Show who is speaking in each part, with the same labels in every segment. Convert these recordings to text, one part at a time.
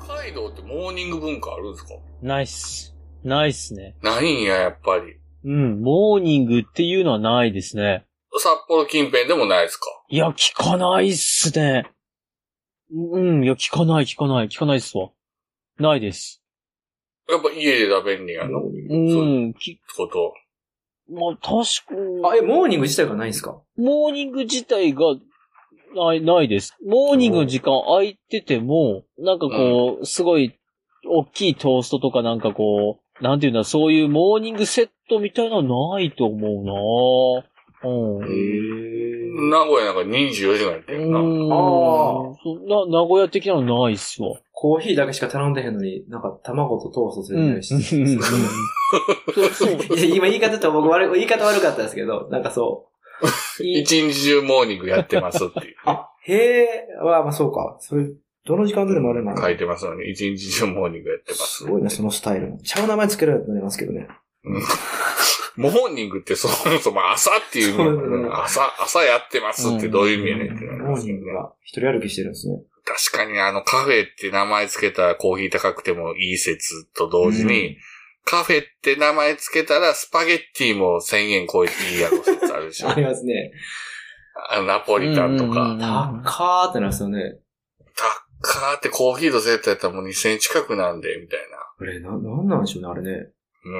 Speaker 1: 海道ってモーニング文化あるんですか
Speaker 2: ないっす。ないっすね。
Speaker 1: ないんや、やっぱり。
Speaker 2: うん、モーニングっていうのはないですね。
Speaker 1: 札幌近辺でもないですか
Speaker 2: いや、聞かないっすね。うん、いや、聞かない、聞かない、聞かないっすわ。ないです。
Speaker 1: やっぱ家で食べんねやの、
Speaker 2: う、
Speaker 1: そういうん
Speaker 2: き、
Speaker 1: こと。
Speaker 2: まあ、確か
Speaker 3: あ、え、モーニング自体がないんですか
Speaker 2: モーニング自体が、ない、ないです。モーニングの時間空いてても、なんかこう、すごい、大きいトーストとかなんかこう、なんていうんだ、そういうモーニングセットみたいなのはないと思うなうん。
Speaker 3: え。
Speaker 1: 名古屋なんか24時間やってるな。
Speaker 2: うーん
Speaker 3: あー
Speaker 2: そうな、名古屋的なのないっすわ。
Speaker 3: コーヒーだけしか頼んでへんのに、なんか卵とトースト 全然し
Speaker 2: うんそうそう。
Speaker 3: いや今言い方と僕悪い、言い方悪かったですけど、なん かそう。いい
Speaker 1: 一日中モーニングやってますっていう
Speaker 3: あ、へえ、は、まあそうか。そういう、どの時間でもあれな
Speaker 1: 書いてますのに、一日中モーニングやってます。
Speaker 3: すごいな、そのスタイル。ちゃう名前つけられるとなりますけどね。
Speaker 1: モーニングってそもそも朝っていう意味やからね
Speaker 3: そうだね
Speaker 1: 朝、朝やってますってどういう意味やねんってなり
Speaker 3: モ
Speaker 1: ま
Speaker 3: ー
Speaker 1: す
Speaker 3: ニ
Speaker 1: よね
Speaker 3: ングが一人歩きしてるんですね。
Speaker 1: 確かにあのカフェって名前つけたらコーヒー高くてもいい説と同時に、
Speaker 3: うん
Speaker 1: カフェって名前つけたらスパゲッティも1000円超えていいやろ説あるでしょ
Speaker 3: あ。りますね。
Speaker 1: あのナポリタンと
Speaker 2: うんうんう
Speaker 1: か
Speaker 2: ん。
Speaker 3: 高ーってなりますよね。
Speaker 1: タッカーってコーヒーとセットやったらもう2000円近くなんで、みたい
Speaker 3: あれ、な、なんなんでしょうね、あれね。
Speaker 1: な。う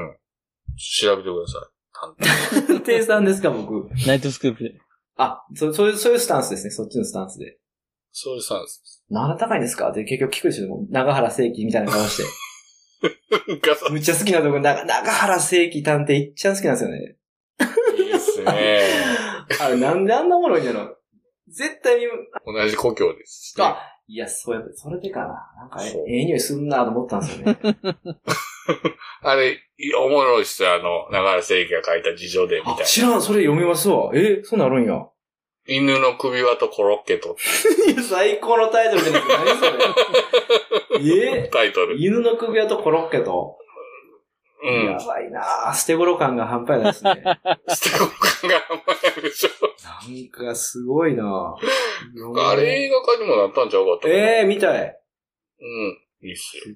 Speaker 1: ん。調べてください。探偵
Speaker 3: 店さんですか、僕。
Speaker 2: ナイトスクープで。
Speaker 3: あ、そ、そういう、そういうスタンスですね。そっちのスタンスで。
Speaker 1: そう したんです。
Speaker 3: 何高いんですかって結局聞くでしょ、もう長原正規みたいな顔して。
Speaker 1: ガサ
Speaker 3: むっちゃ好きなとこ、な長原正規探偵いっちゃ好きなんですよね。
Speaker 1: いいっすね。
Speaker 3: あれ、なんであんなおもろいんだろう。絶対に、
Speaker 1: 同じ故郷ですしね、
Speaker 3: あ、いや、そうやっぱ、それでかな。なんか、え
Speaker 1: そう
Speaker 3: ええ匂いすんなと思ったんですよね。
Speaker 1: あれ、いおもろいっすよ、あの、長原正義が書いた自情で、みたい
Speaker 3: あ
Speaker 1: な。
Speaker 3: 知らん、それ読みますわ。えそんなんあるんや。
Speaker 1: 犬の首輪とコロッケと
Speaker 3: いや最高のタイトルじゃない何それ。 え
Speaker 1: タイトル。
Speaker 3: 犬の首輪とコロッケと。
Speaker 1: う
Speaker 3: や
Speaker 1: ん。
Speaker 3: ばいなぁ。捨て頃感が半端ないですね。なん
Speaker 1: 捨て子感が甘いでしょ。
Speaker 3: かすごいなぁ。
Speaker 1: あれ映画化にもなったんちゃうかったかな
Speaker 3: ええー、見たい。
Speaker 1: うん。いいっすよ。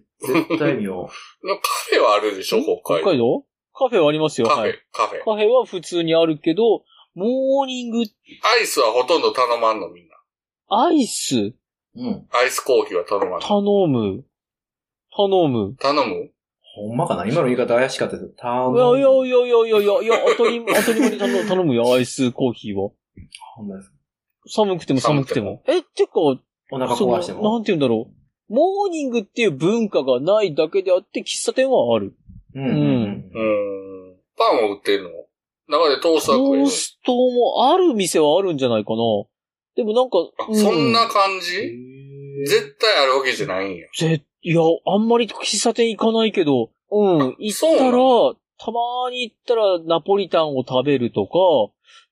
Speaker 3: 絶対見よ
Speaker 1: でもカフェはあるでしょ、北海
Speaker 2: 北
Speaker 1: 道。
Speaker 2: 海道カフェはありますよ。
Speaker 1: カフ
Speaker 2: は
Speaker 1: ェ
Speaker 2: い。、
Speaker 1: カフェ。
Speaker 2: カフェは普通にあるけど、モーニング、
Speaker 1: アイスはほとんど頼まんの、みんな。
Speaker 2: アイス、
Speaker 3: う。うん。
Speaker 1: アイスコーヒーは頼まんの。
Speaker 2: 頼む。頼む。
Speaker 1: 頼む
Speaker 3: ほんまかな今の言い方怪しかったです。たー
Speaker 2: いやいやいやいやいやいや、いや、当たり、 当たり前に頼む頼むよ、アイスコーヒーは。
Speaker 3: ほんまです。
Speaker 2: 寒くても寒くても。え、てか、
Speaker 3: お腹
Speaker 2: その、
Speaker 3: 壊して
Speaker 2: な
Speaker 3: も。
Speaker 2: んて言うんだろう。モーニングっていう文化がないだけであって、喫茶店はある。
Speaker 3: うん
Speaker 1: うーん。パンを売ってるの中でトース
Speaker 2: ト
Speaker 1: ター食える
Speaker 2: ーストもある店はあるんじゃないかな。でもなんか、う
Speaker 1: あ、そんな感
Speaker 3: へ
Speaker 1: じ
Speaker 3: ー
Speaker 1: 絶対あるわけじゃないんや。
Speaker 2: ぜ、いや、あんまり喫茶店行かないけど、うん、行った
Speaker 1: そうな
Speaker 2: ら、たまに行ったらナポリタンを食べるとか、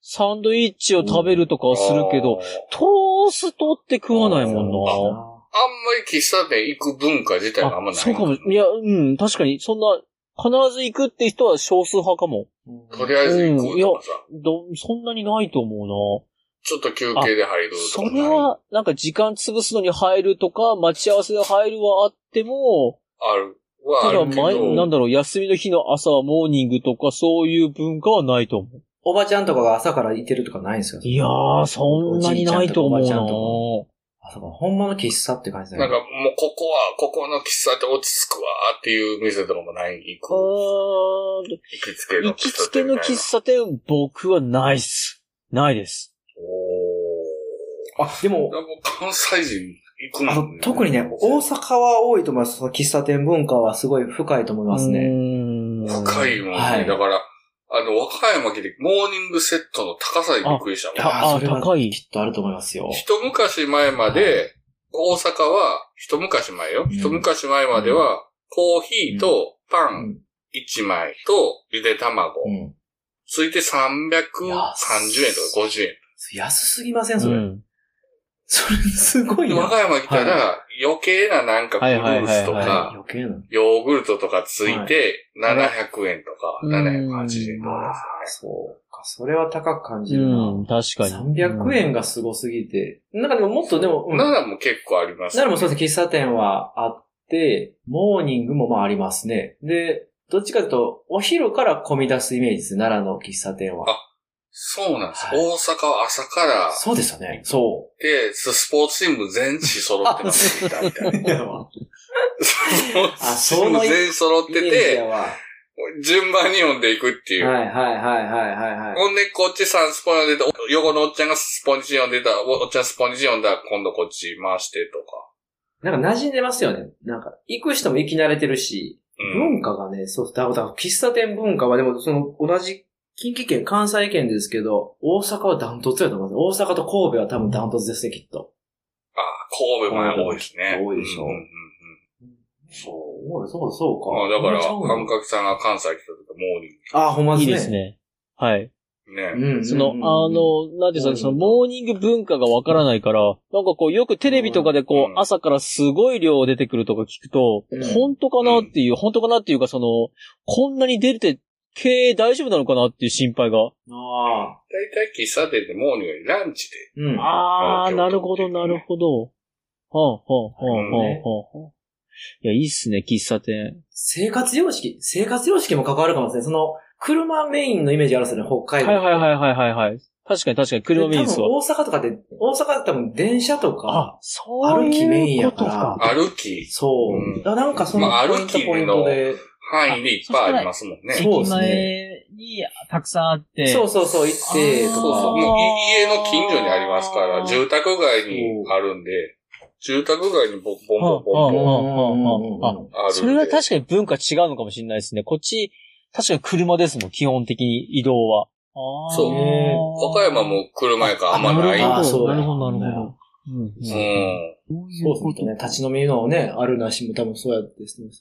Speaker 2: サンドイッチを食べるとかはするけど、
Speaker 1: あー
Speaker 2: トーストって食わないも
Speaker 3: そうんだな
Speaker 1: あんまり喫茶店行く文化自体があんまな
Speaker 2: な。
Speaker 1: い。
Speaker 2: そうかも。いや、うん、確かに、そんな、必ず行くって人は少数派かも。
Speaker 1: とりあえず行こうとかさ、
Speaker 2: ど、そんなにないと思
Speaker 1: ちょっと休憩で入る
Speaker 2: うな。
Speaker 1: と
Speaker 2: そ
Speaker 1: かない。
Speaker 2: れは、なんか時間潰すのに入るとか、待ち合わせで入るはあっても、
Speaker 1: ある。は
Speaker 2: た
Speaker 1: あ
Speaker 2: だ
Speaker 1: るけ
Speaker 2: 前、なん
Speaker 1: ど、
Speaker 2: だろう、休みの日の朝はモーニングとかそういう文化はないと思う。
Speaker 3: おばちゃんとかが朝からいてるとかないんですよ。
Speaker 2: いやー、そんなにないと思う
Speaker 3: おじいちゃんとか
Speaker 2: な
Speaker 3: あ、そうか、ほんまの喫茶って感じだ
Speaker 1: な
Speaker 3: ね
Speaker 1: んかもうここは、ここの喫茶店落ち着くわっていう店とかもない。行く。行きつけの
Speaker 2: 行
Speaker 1: 喫茶
Speaker 2: き
Speaker 1: 店。
Speaker 2: つけの喫。茶店、僕はないっす。ないです。
Speaker 1: お
Speaker 3: あ、でも
Speaker 1: ー。、なんか関西人行く
Speaker 3: あの、特にね、大阪は多いと思います。その喫茶店文化はすごい深いと思いますね。
Speaker 2: ね
Speaker 1: 深いもんね。
Speaker 3: はい
Speaker 1: だから、あの、和歌山来て、モーニングセットの高さにびっくりしたもん。
Speaker 2: あ、あ
Speaker 3: それは
Speaker 2: 高い。
Speaker 3: きっとあると思いますよ。
Speaker 1: 一昔前まで、大阪は、一昔前よ。
Speaker 3: ん
Speaker 1: 一昔前までは、コーヒーとパ
Speaker 3: う
Speaker 1: ン
Speaker 3: ん。
Speaker 1: 1枚と、ゆで卵。
Speaker 3: うん。
Speaker 1: ついて330円とか50円。
Speaker 3: 安すぎません、
Speaker 2: う
Speaker 3: それ。
Speaker 2: ん。
Speaker 3: それ、すごい
Speaker 1: 和
Speaker 3: な。
Speaker 1: 歌山来たら、余計ななんかフルーツと
Speaker 2: はい
Speaker 3: は
Speaker 1: か
Speaker 3: い、、余計な。
Speaker 1: ヨーグルトとかついて、
Speaker 3: はい
Speaker 1: 700円とか、
Speaker 2: うん
Speaker 1: 780円と
Speaker 3: ああ
Speaker 1: か、
Speaker 3: そうか。それは高く感じるな。
Speaker 2: うん、確かに。
Speaker 3: 300円がすごすぎて。なんかでももっとで
Speaker 1: です
Speaker 3: も、う
Speaker 1: よね。
Speaker 3: ん
Speaker 1: 奈良も結構あります
Speaker 3: な
Speaker 1: ね。
Speaker 3: らもうそうですね、喫茶店はあっって、モーニングもまあありますね。で、どっちかというと、お昼から混み出すイメージです、奈良の喫茶店は。
Speaker 1: そうなんです。
Speaker 3: はい
Speaker 1: 大阪は朝から
Speaker 3: そうですよね。そ
Speaker 1: で、スポーツチーム全地揃ってますみたいな。
Speaker 3: う。いやま
Speaker 1: スポー
Speaker 3: あそ
Speaker 1: ツチーム
Speaker 3: の
Speaker 1: 全員揃って
Speaker 3: あイメージや
Speaker 1: て、
Speaker 3: わは
Speaker 1: 順番に読んでいくってい。
Speaker 3: いうはいはいはいはいはい。
Speaker 1: ほんで、こっち3スポンジ読んでた、横のおっちゃんがスポンジ読んでた、おおっちゃんスポンジ読んだら今度こっち回してとか。
Speaker 3: なんか馴染んでますよね。なんか、行く人も行き慣れてるし、
Speaker 1: うん。
Speaker 3: 文化がね、そう、だからだから喫茶店文化はでも、その、同じ、近畿圏、関西圏ですけど、大阪はダントツやと思います。大阪と神戸は多分ダントツですね、きっと。
Speaker 1: ああ、神戸も多いですね。
Speaker 3: 多いでしょ
Speaker 1: うんうんうん
Speaker 3: そう、そう、そう
Speaker 1: ああだ
Speaker 3: か。
Speaker 1: から、
Speaker 3: そうな
Speaker 1: ハ
Speaker 3: ん
Speaker 1: ム
Speaker 3: だ
Speaker 1: カキさんが関西来た時モーニ
Speaker 3: あ、ほんま
Speaker 2: いい
Speaker 3: で
Speaker 2: ですす
Speaker 3: ね。
Speaker 2: ね。はい。
Speaker 1: ング。ね。
Speaker 3: うんうん
Speaker 2: その、あ、の、なんていうんですかね、その、モーニング文化がわからないから、なんかこう、よくテレビとかでこ
Speaker 1: うん
Speaker 2: う、朝からすごい量出てくるとか聞くと
Speaker 3: うん、
Speaker 2: 本当かなっていう、本当かなっていうか、その、こんなに出て、経営大丈夫なのかなっていう心配が。
Speaker 3: ああ。
Speaker 1: 大体喫茶店でモーニングよりランチで。
Speaker 3: うん。
Speaker 2: あ
Speaker 1: あー
Speaker 2: ー、なるほど、なるほど。はあ、はあ、はあ、はあ、はあ。いや、いいっすね、喫茶店。
Speaker 3: 生活様式生活様式も関わるかもしれない。その、車メインのイメージあるんですよね、北海道。
Speaker 2: はいはいはいはいはいはい。確かに確かに、車メインです
Speaker 3: 多
Speaker 2: わ。
Speaker 3: 分大阪とかって、大阪って多分電車と
Speaker 2: あ
Speaker 3: か、、
Speaker 2: そういうことか。
Speaker 1: 歩き、
Speaker 3: そう。
Speaker 1: うん
Speaker 3: だからなんかその
Speaker 1: まあ
Speaker 3: ポイントポイントで、
Speaker 1: 範囲でいっぱいありますもんね。
Speaker 3: そうです
Speaker 2: 駅前にたくさんあって。
Speaker 3: そうそうそう、行って、
Speaker 1: そうそ
Speaker 2: あー
Speaker 1: う。
Speaker 3: と
Speaker 1: も
Speaker 3: か。
Speaker 1: うい家の近所にありますから、
Speaker 2: あー
Speaker 1: 住宅街にあるんで、住宅街にボンボンボンボンボン
Speaker 2: ああああ
Speaker 1: ある
Speaker 2: あ
Speaker 1: んで。
Speaker 2: それが確かに文化違うのかもしれないですね。こっち、確かに車ですもん、基本的に移動は。あー
Speaker 1: そう
Speaker 3: ね
Speaker 1: 岡山。も車やからあんまない。う
Speaker 2: あなるほど
Speaker 3: あーそうや
Speaker 2: なるほど、なるほど。うん
Speaker 1: ん。
Speaker 2: そうい
Speaker 3: そう
Speaker 2: う
Speaker 3: です
Speaker 2: こ
Speaker 3: ね
Speaker 2: と。ね。
Speaker 3: 立ち飲みのね、あるなしも多分そうやって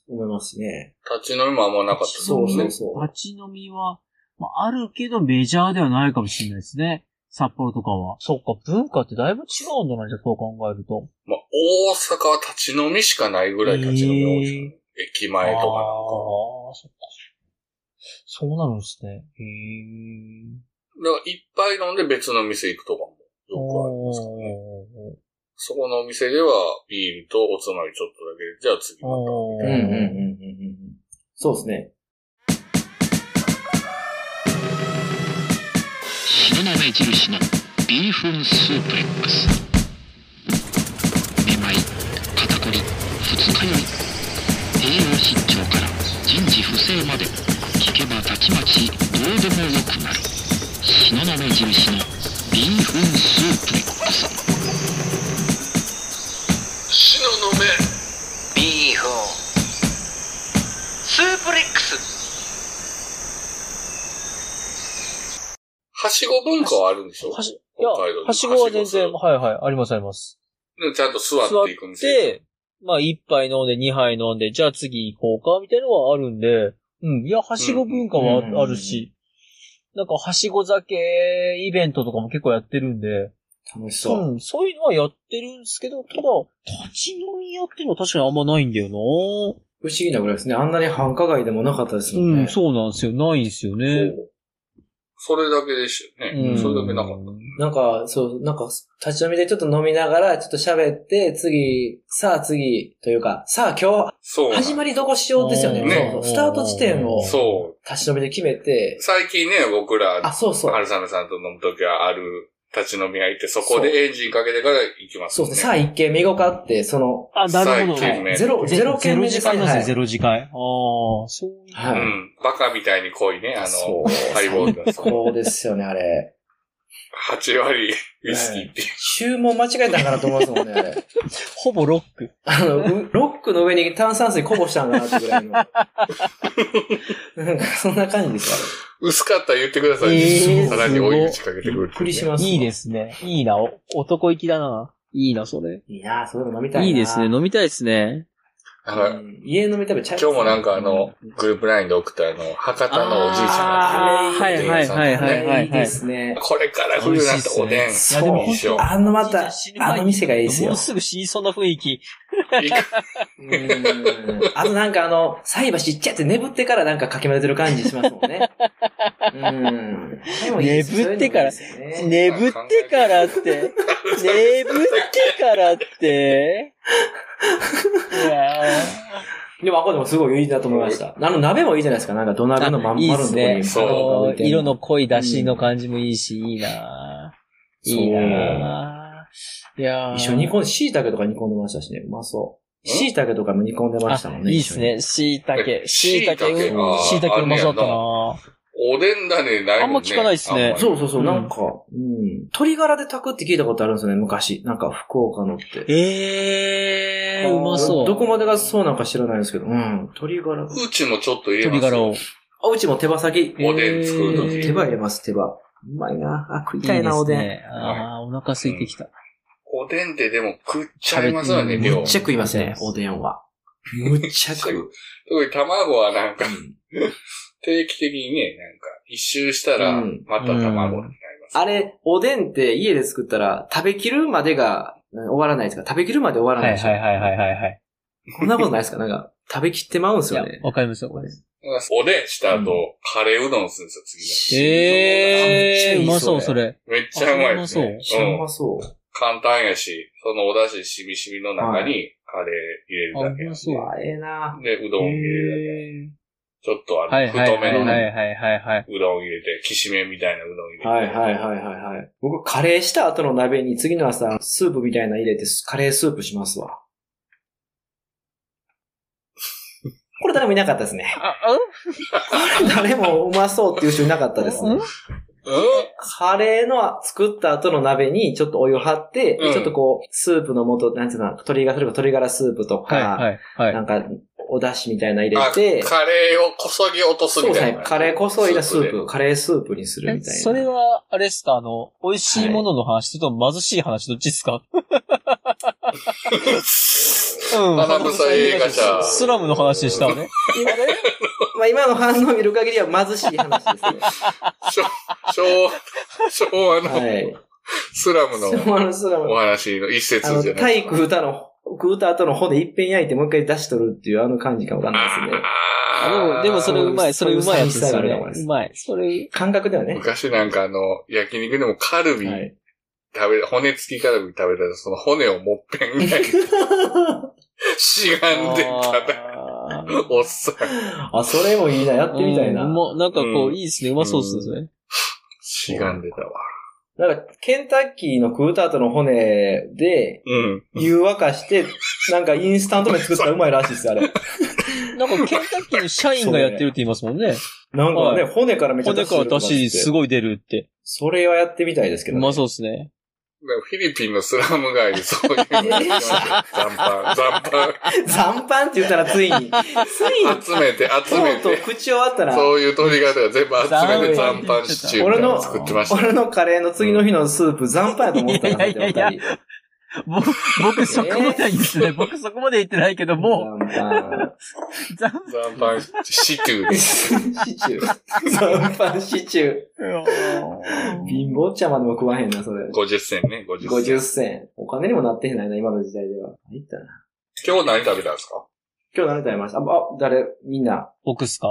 Speaker 3: 思いますしね。
Speaker 1: 立ち飲みもあんまなかったです
Speaker 3: そ
Speaker 1: も
Speaker 3: うんそ
Speaker 1: ね
Speaker 3: う。そう。
Speaker 2: 立ち飲みは、まあ、あるけどメジャーではないかもしれないですね。札幌とかは。そっか、文化ってだいぶ違うんだな、じゃあそう考えると。
Speaker 1: まあ、大阪は立ち飲みしかないぐらい立ち飲み多いですよね。駅
Speaker 2: ああ
Speaker 1: 前
Speaker 2: ー
Speaker 1: とかなんか。
Speaker 2: そっか。そうなるんですね。へえ。
Speaker 1: だから、いっぱい飲んで別の店行くとかもよくありますからね。そこのお店では、ビールとおつまみちょっとだけで、じゃあ次また。
Speaker 3: うんうんうんうんうんうん。そうですね。
Speaker 4: 白鍋印のビーフンスープレックスめまい肩こり二日酔い栄養失調から人事不正まで聞けばたちまちどうでもよくなる白鍋印のビーフンスープレックス
Speaker 1: 死の飲め
Speaker 4: ビーフンスープレックス
Speaker 1: はしご文化はあるんでしょ
Speaker 2: はし、いや
Speaker 1: 北海道、で
Speaker 2: はしごは全然、
Speaker 1: は
Speaker 2: はいはい、ありますあります。
Speaker 1: でちゃんと座っていく店。
Speaker 2: で、まあ、一杯飲んで、二杯飲んで、じゃあ次行こうか、みたいなのはあるんで、うん、いや、はしご文化
Speaker 3: うんうん
Speaker 2: はあるし、なんか、はしご酒イベントとかも結構やってるんで、
Speaker 3: 楽しそう。
Speaker 2: うん、そういうのはやってるんですけど、ただ、立ち飲みやってるのは確かにあんまないんだよな
Speaker 3: 不思議なぐらいですね。あんなに繁華街でもなかったですもんね。
Speaker 2: うん、そうなんですよ。ないですよね。
Speaker 1: それだけでしたよね。
Speaker 2: うん
Speaker 1: それだけなかった。
Speaker 3: なんか、そう、なんか、立ち飲みでちょっと飲みながら、ちょっと喋って、次、さあ次、というか、さあ今
Speaker 1: そう
Speaker 3: 日、
Speaker 1: なん。
Speaker 3: 始まりどこしようですよね。
Speaker 1: ね
Speaker 3: そうそうスタート地点を
Speaker 1: そう。
Speaker 3: 立ち飲みで決めて、
Speaker 1: 最近ね、僕ら、
Speaker 3: あ、そうそう。
Speaker 1: 春雨さんと飲むときはある立ち飲み屋行って、そこでエンジンかけてから行きます
Speaker 3: そ
Speaker 1: も
Speaker 3: うんで
Speaker 1: ね。
Speaker 3: すね。さあ一軒見ごかって、その、
Speaker 2: あ、なるほど。
Speaker 1: 最近
Speaker 2: はい
Speaker 1: ね
Speaker 3: ゼロ、ゼロ
Speaker 2: ゼ
Speaker 3: 軒
Speaker 2: ロ
Speaker 3: 目
Speaker 2: 次
Speaker 3: 時間
Speaker 2: 会
Speaker 3: に
Speaker 2: です
Speaker 3: は
Speaker 2: ね、
Speaker 3: い
Speaker 2: ゼロ次会。ああ、そういう。
Speaker 1: う
Speaker 3: はい。
Speaker 1: ん。バカみたいに濃いね、あ
Speaker 3: そ
Speaker 1: の
Speaker 3: う、
Speaker 1: ハイボールの、その
Speaker 3: そうですよね、あれ。
Speaker 1: 8割ウイスキーっていう。
Speaker 3: 注文間違えたんかなと思いますもんね、あれ。
Speaker 2: ほぼロック。
Speaker 3: あの、うロックの上に炭酸水こぼしたんかなってぐ らいの。なんか、そんな感じですよあれ
Speaker 1: 薄かったら言ってくださ
Speaker 2: え
Speaker 1: い。
Speaker 2: ー
Speaker 1: さらに追い打ちかけてくる
Speaker 3: びっくりします。
Speaker 2: いいですね。いいな、お男行きだな。いいな、それ。
Speaker 3: いいなぁ、そういうの飲みたいなぁ
Speaker 2: いいですね。飲みたいですね。
Speaker 1: なんか
Speaker 3: うん家飲み食べちゃう。
Speaker 1: 今日もなんかあの、グループラインで送ったあの、博多のおじいちゃ
Speaker 2: あ
Speaker 1: んが
Speaker 2: ーはいはいはいはいはい
Speaker 3: いですね。
Speaker 1: これから冬になったおでん。
Speaker 2: いや、で
Speaker 1: いい
Speaker 2: も
Speaker 1: で
Speaker 2: 本
Speaker 1: しょ
Speaker 2: 当
Speaker 3: あのまた、あの店がいいです
Speaker 2: も
Speaker 3: よ
Speaker 2: う。すぐ死にそうな雰囲気。
Speaker 3: うんあとなんかあの、菜箸いっちゃって眠ってからなんかかき混ぜてる感じしますもんね。うん。でもいいですよ
Speaker 2: 眠ってから
Speaker 3: そういうのもいいですよね
Speaker 2: 眠ってからって。眠ってからって。いやー
Speaker 3: でも、あこれでもすごいいいなと思いました。あの、鍋もいいじゃないですか。なんか土鍋のまん
Speaker 2: いい
Speaker 3: 丸
Speaker 2: っ
Speaker 3: のと
Speaker 2: す
Speaker 3: ころ
Speaker 2: ね
Speaker 3: に。
Speaker 1: そう
Speaker 2: あの
Speaker 3: 置いてん
Speaker 2: 色の濃い出汁の感じもいいし、いいなぁいいなぁいや
Speaker 3: 一緒に煮
Speaker 2: こ
Speaker 3: 込んで、椎茸とか煮込んでましたしね。うまそう。椎茸とかも煮込んでましたもんね。
Speaker 2: いいっ
Speaker 3: 一緒
Speaker 2: す
Speaker 3: に。
Speaker 2: ね。椎茸。
Speaker 1: え
Speaker 2: 椎
Speaker 1: 椎
Speaker 2: 茸、
Speaker 1: 茸
Speaker 2: うん
Speaker 1: あー
Speaker 2: 椎茸うまそうだったなぁ
Speaker 1: おでんだね、ないもんね。
Speaker 2: あんま聞かないっすね
Speaker 1: あんまり
Speaker 3: そうそうそう、
Speaker 2: うん
Speaker 3: なんか、うん。鶏ガラで炊くって聞いたことあるんですよね、昔。なんか、福岡のって。
Speaker 2: ええー、うまそう。
Speaker 3: どこまでがそうなんか知らないですけど。うん。鶏ガラ。
Speaker 1: うちもちょっと入れます
Speaker 2: 鶏
Speaker 1: よ。
Speaker 2: ガラを。
Speaker 3: あ、うちも手羽先。
Speaker 1: おでん作るとき
Speaker 2: えー
Speaker 3: 手羽入れます、手羽。うまいな。あ、食い
Speaker 2: いい
Speaker 3: たい
Speaker 2: で
Speaker 3: な、
Speaker 2: す
Speaker 3: おでん。
Speaker 2: ね。ああ、お腹空いてきた。
Speaker 1: おでんってでも食っちゃいますよね、
Speaker 2: うん
Speaker 1: 量。
Speaker 3: むっちゃ食いますね、おでんは。むっちゃ食う。
Speaker 1: 特に卵はなんか
Speaker 3: う、ん
Speaker 1: 定期的にね、なんか、一周したら
Speaker 3: うん、
Speaker 1: また卵になります。
Speaker 3: あれ、おでんって家で作ったら、食べきるまでがうん終わらないですか食べきるまで終わら
Speaker 2: は
Speaker 3: ないいでしょ、
Speaker 2: はいはいはいはいはい。
Speaker 3: こんなことないですかなんか、食べきってまうんです
Speaker 2: いや
Speaker 3: よね、。
Speaker 2: わかりますよ、これ。
Speaker 1: なんかおでんした
Speaker 3: うん
Speaker 1: 後、カレーうどんするんですよ、次
Speaker 2: ええー、う
Speaker 3: めっちゃいい
Speaker 2: まそう、
Speaker 3: そ
Speaker 2: そ
Speaker 3: れ
Speaker 2: れ。
Speaker 1: の。めっちゃうまいです
Speaker 2: あう
Speaker 1: ね
Speaker 2: ま。
Speaker 3: 一番う
Speaker 1: うん。
Speaker 3: まそう。
Speaker 1: 簡単やし、そのお出汁しみしみの中にカレー入れるだけ
Speaker 2: あう
Speaker 1: や
Speaker 2: ま
Speaker 1: し
Speaker 2: そ
Speaker 3: うわ、ええな
Speaker 1: で、うどん入れるだけ。
Speaker 2: え
Speaker 1: ちょっと
Speaker 2: ーは
Speaker 1: あ
Speaker 2: い
Speaker 1: の、
Speaker 2: はい
Speaker 1: 太
Speaker 2: は
Speaker 1: め
Speaker 2: い
Speaker 1: の
Speaker 2: は
Speaker 1: ね
Speaker 2: いはいはいはい。
Speaker 1: うどん入れて、きしめんみたいなうどん入れて。
Speaker 3: はいはいはいはいはい。僕、カレーした後の鍋に次の朝、スープみたいなの入れて、カレースープしますわ。これ誰もいなかったですね。
Speaker 2: あ、
Speaker 3: 誰もうまそうっていう人いなかったですね。
Speaker 1: う
Speaker 3: カレーの作った後の鍋にちょっとお湯を張って、
Speaker 1: うん
Speaker 3: ちょっとこう、スープの素、なんていうの、鶏が、それこそ鶏ガラスープとか、
Speaker 2: うんはいはい
Speaker 3: な
Speaker 2: はい。
Speaker 3: んか、お出汁みたいなの
Speaker 1: んあ
Speaker 3: 入れて、
Speaker 1: カレーをこそぎ落とす
Speaker 3: そ
Speaker 1: み
Speaker 3: うで
Speaker 1: た
Speaker 3: す
Speaker 1: い
Speaker 3: ね
Speaker 1: な。。
Speaker 3: カレーこそ入れたスー
Speaker 1: で
Speaker 3: プ、カレースープにするみたいな。
Speaker 2: それは、あれっすか、あの、美味しいものの話と貧しい話どっちっすかうん。
Speaker 1: 花房映画社
Speaker 2: スラムの話でしたわね。
Speaker 3: 今ね、まあ今の反応を見る限りは貧しい話ですね。
Speaker 1: 昭昭和の
Speaker 3: はい。
Speaker 1: スラムの
Speaker 3: そのあの、それ
Speaker 1: お
Speaker 3: は
Speaker 1: 話の一
Speaker 3: あ
Speaker 1: 節
Speaker 3: の、
Speaker 1: じゃない
Speaker 3: 体
Speaker 1: ですか。
Speaker 3: 育歌の、食うた後の骨一遍焼いてもう一回出し取るっていうあの感じかわかんないですね。
Speaker 1: あー
Speaker 2: でもそれうまい、それうまいやつですよね
Speaker 3: そういうサービスがあるからで。す
Speaker 2: うまい。それ、
Speaker 3: 感覚ではね。
Speaker 1: 昔なんかあの、焼肉でもカルビ食
Speaker 3: はい。
Speaker 1: べ、骨付きカルビ食べたら、その骨をもっぺん焼い てしがんで食べ、
Speaker 2: あ
Speaker 1: おっさん。
Speaker 3: あ、それもいいな、やってみたいな。
Speaker 2: うんもう、なんかこ
Speaker 1: う
Speaker 2: う、
Speaker 1: ん
Speaker 2: いいですね。うまそうっすね。
Speaker 1: しがんでたわ。
Speaker 3: なんか、ケンタッキーの食うた後の骨で、
Speaker 1: うん。
Speaker 3: 湯沸かして、なんかインスタント麺作ったらうまいらしいですよ、あれ。
Speaker 2: なんか、ケンタッキーの社員がやってるって言いますもんね。
Speaker 3: なんかね、骨からめっちゃ
Speaker 2: 骨から出汁す
Speaker 3: ごい。
Speaker 2: ごい出るって。
Speaker 3: それはやってみたいですけ
Speaker 2: う
Speaker 3: ど、。
Speaker 2: まそううっすね。
Speaker 1: でもフィリピンのスラム街でそういうのやってましたよ。残飯、残
Speaker 3: 残飯って言ったらついに、ついに
Speaker 1: 飯。集めて、集め
Speaker 3: と
Speaker 1: て。
Speaker 3: 口を割ったら、
Speaker 1: そういう鳥がとか全部集めて残飯シチューみたいなの作ってました。
Speaker 3: 俺のカレーの次の日のスープ残飯やと思ったから、
Speaker 2: いやいやい
Speaker 3: や。
Speaker 2: 僕、僕そこまではいいですね。僕そこまで言ってないけど、も
Speaker 3: 残飯。
Speaker 2: う、残
Speaker 1: 残飯シチューです。
Speaker 3: シチュー。残飯シチュー。貧乏茶までも食わへんな、それ。
Speaker 1: 50銭ね、50銭。
Speaker 3: 50銭。お金にもなってへんないな、今の時代では。入ったな。
Speaker 1: 今日何食べたんですか
Speaker 3: 今日何食べましたあ、あ誰みんな。
Speaker 2: 僕っすか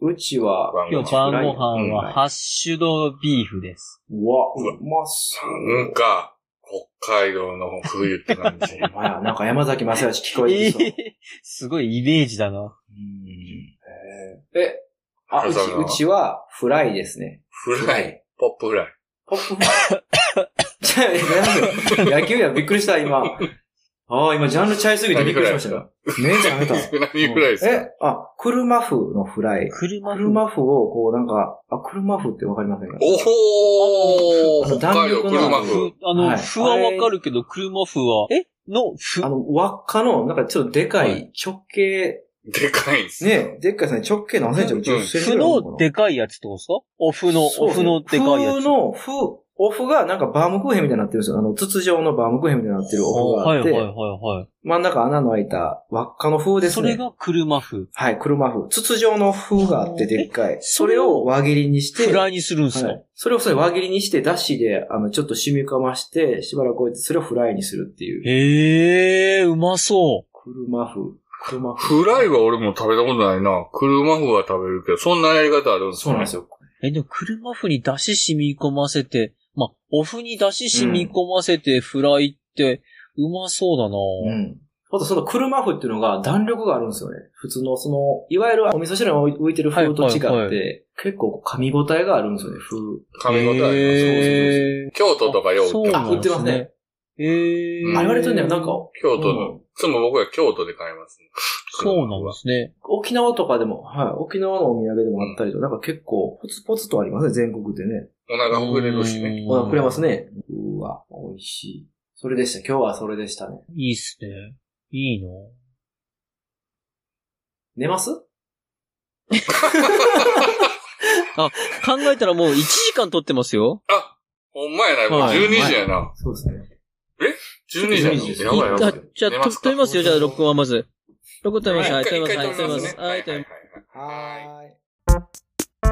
Speaker 1: うん。
Speaker 3: うちは、
Speaker 1: 晩ご
Speaker 2: 今日
Speaker 1: 飯
Speaker 2: 晩ご飯は、ハッシュドビーフです。
Speaker 3: うわ、
Speaker 1: うわ
Speaker 3: うまそう。
Speaker 1: なんか、北海道の冬って感じ。
Speaker 3: お前はなんか山崎正義聞こえてきそう。
Speaker 2: えすごいイメージだな。
Speaker 3: うんえ、あ、うち、
Speaker 1: 朝が
Speaker 3: うちは、フライですね。
Speaker 1: フライ。。ポップフライ。
Speaker 3: ポップフライ。ちゃうやめろ野球や、びっくりした、今。ああ、今、ジャンルちゃいすぎてびっくりしましたよ。目覚めた。
Speaker 1: 何フライですか
Speaker 3: え、あ、車風のフライ。
Speaker 2: 車風
Speaker 3: 車風を、こう、なんか、あ、車風ってわかりませんか
Speaker 1: おほー北海道車風。
Speaker 2: あの、
Speaker 3: はい
Speaker 2: 風はわかるけど、車風は、えの、ふ
Speaker 3: あの、輪っかの、なんかちょっとでか、
Speaker 2: はい
Speaker 3: 直径、
Speaker 1: でかいんす。
Speaker 3: ね、でっかいですね、直径何センチ
Speaker 1: う
Speaker 3: ?10
Speaker 1: ん
Speaker 3: セン
Speaker 2: ふ
Speaker 3: チぐらいるか
Speaker 2: の
Speaker 3: な。
Speaker 2: でかいやつってことですかおふの、おふのでかいや
Speaker 3: 風
Speaker 2: つ。
Speaker 3: の、風、オフがなんかバームクーヘンみたいになってるんですよ。あの、筒状のバームクーヘンみたいになってるオフが
Speaker 2: はい
Speaker 3: あっ
Speaker 2: はい
Speaker 3: て、
Speaker 2: はいは
Speaker 3: 真ん中穴の開いた輪っかの風
Speaker 2: い。
Speaker 3: です
Speaker 2: そ
Speaker 3: ね。
Speaker 2: れが車風。
Speaker 3: はい、車風。筒状の風があってでっかい。それを輪切りにして、
Speaker 2: フライにするんすか
Speaker 3: はい、それをそれ輪切りにして、だしで、あの、ちょっと染みかまして、しばらく置いて、それをフライにするっていう。
Speaker 2: ええー、うまそ
Speaker 3: 車風。車風。
Speaker 1: フライは俺も食べたことないな。車風は食べるけど、そんなやり方あるんです
Speaker 3: そうなんです
Speaker 1: よ。
Speaker 3: よ。
Speaker 2: う。え、でも車風に出汁染み込ませて、まあ、お麩に出汁染み込ませてフライって、うまそうだな、
Speaker 3: うん。またその車麩っていうのが弾力があるんですよね。普通のその、いわゆるお味噌汁に浮いてる風と違って、
Speaker 2: はいはい
Speaker 3: 結構噛み応えがあるんですよね、風。
Speaker 1: 噛み応えあります。
Speaker 2: えー
Speaker 1: 京都とかよう売って
Speaker 2: そう
Speaker 1: ま
Speaker 2: な
Speaker 1: す
Speaker 2: ん
Speaker 3: あ売ってますね。
Speaker 2: えー
Speaker 1: うん
Speaker 3: あれ言われてるんだよ、なんか、
Speaker 1: 京都
Speaker 3: う
Speaker 1: の、
Speaker 3: ん
Speaker 1: いつも僕は京都で買います、ね。
Speaker 2: そうなんですね。
Speaker 3: 沖縄とかでも、はい、沖縄のお土産でもあったりと、なんか結構、ポツポツとありますね、全国でね。
Speaker 1: お腹ほぐれるしね。
Speaker 2: うん
Speaker 3: お腹くれますね。うわ、美味しい。それでした。今日はそれでしたね。
Speaker 2: いいっすね。いいの
Speaker 3: 寝ます
Speaker 2: 考えたらもう1時間撮ってますよ。
Speaker 1: あ、ほんまやな、もう
Speaker 2: はい
Speaker 1: 12時やな。
Speaker 3: そうですね。
Speaker 1: 12時や
Speaker 3: 12時
Speaker 1: な。やばいやば
Speaker 2: あ
Speaker 1: い。
Speaker 2: じゃあ、
Speaker 1: 寝
Speaker 2: と
Speaker 1: ますか
Speaker 2: 撮りますよ、じゃあ、録音はまず。録音撮ります。は、
Speaker 1: はいい
Speaker 2: 撮り
Speaker 1: 一
Speaker 2: ます。は
Speaker 1: 回
Speaker 2: い、
Speaker 1: 止め
Speaker 2: 撮りま
Speaker 1: ます
Speaker 2: す。
Speaker 1: ね。
Speaker 2: はい、撮ります。
Speaker 1: はいはい。
Speaker 3: ーい。